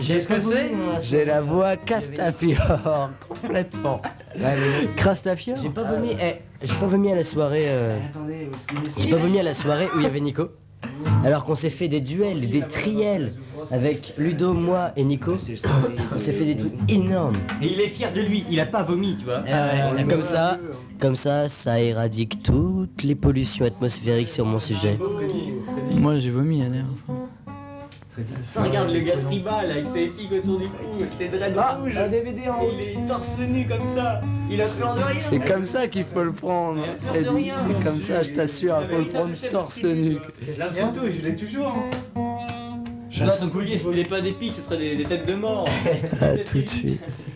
J'ai ce que c'est J'ai la voix castafiore, complètement. Allez. Castafiore J'ai pas vomi. eh, j'ai pas vomi à la soirée. Eh, euh, Attendez, où est-ce qu'il est, ce J'ai pas vomi à la soirée où il y avait Nico. Alors qu'on s'est fait des duels, et des triels avec Ludo, moi et Nico. On s'est fait des trucs énormes. Et il est fier de lui, il a pas vomi, tu vois. Eh ouais, comme ça, comme ça, ça éradique toutes les pollutions atmosphériques sur mon sujet. Moi j'ai vomi la dernière fois. Putain, regarde le gars tribal avec ses figues autour du cou, ses dreads Ah, rouges. Un DVD hein. en Il est torse nu comme ça. Il a peur de rien. C'est comme ça qu'il faut le prendre. Eddie, c'est comme ça, je t'assure, il faut le prendre torse nu. La photo, je l'ai toujours. hein. Je Non, son collier, si c'était pas des pics, ce serait des, des têtes de mort. À tout de suite.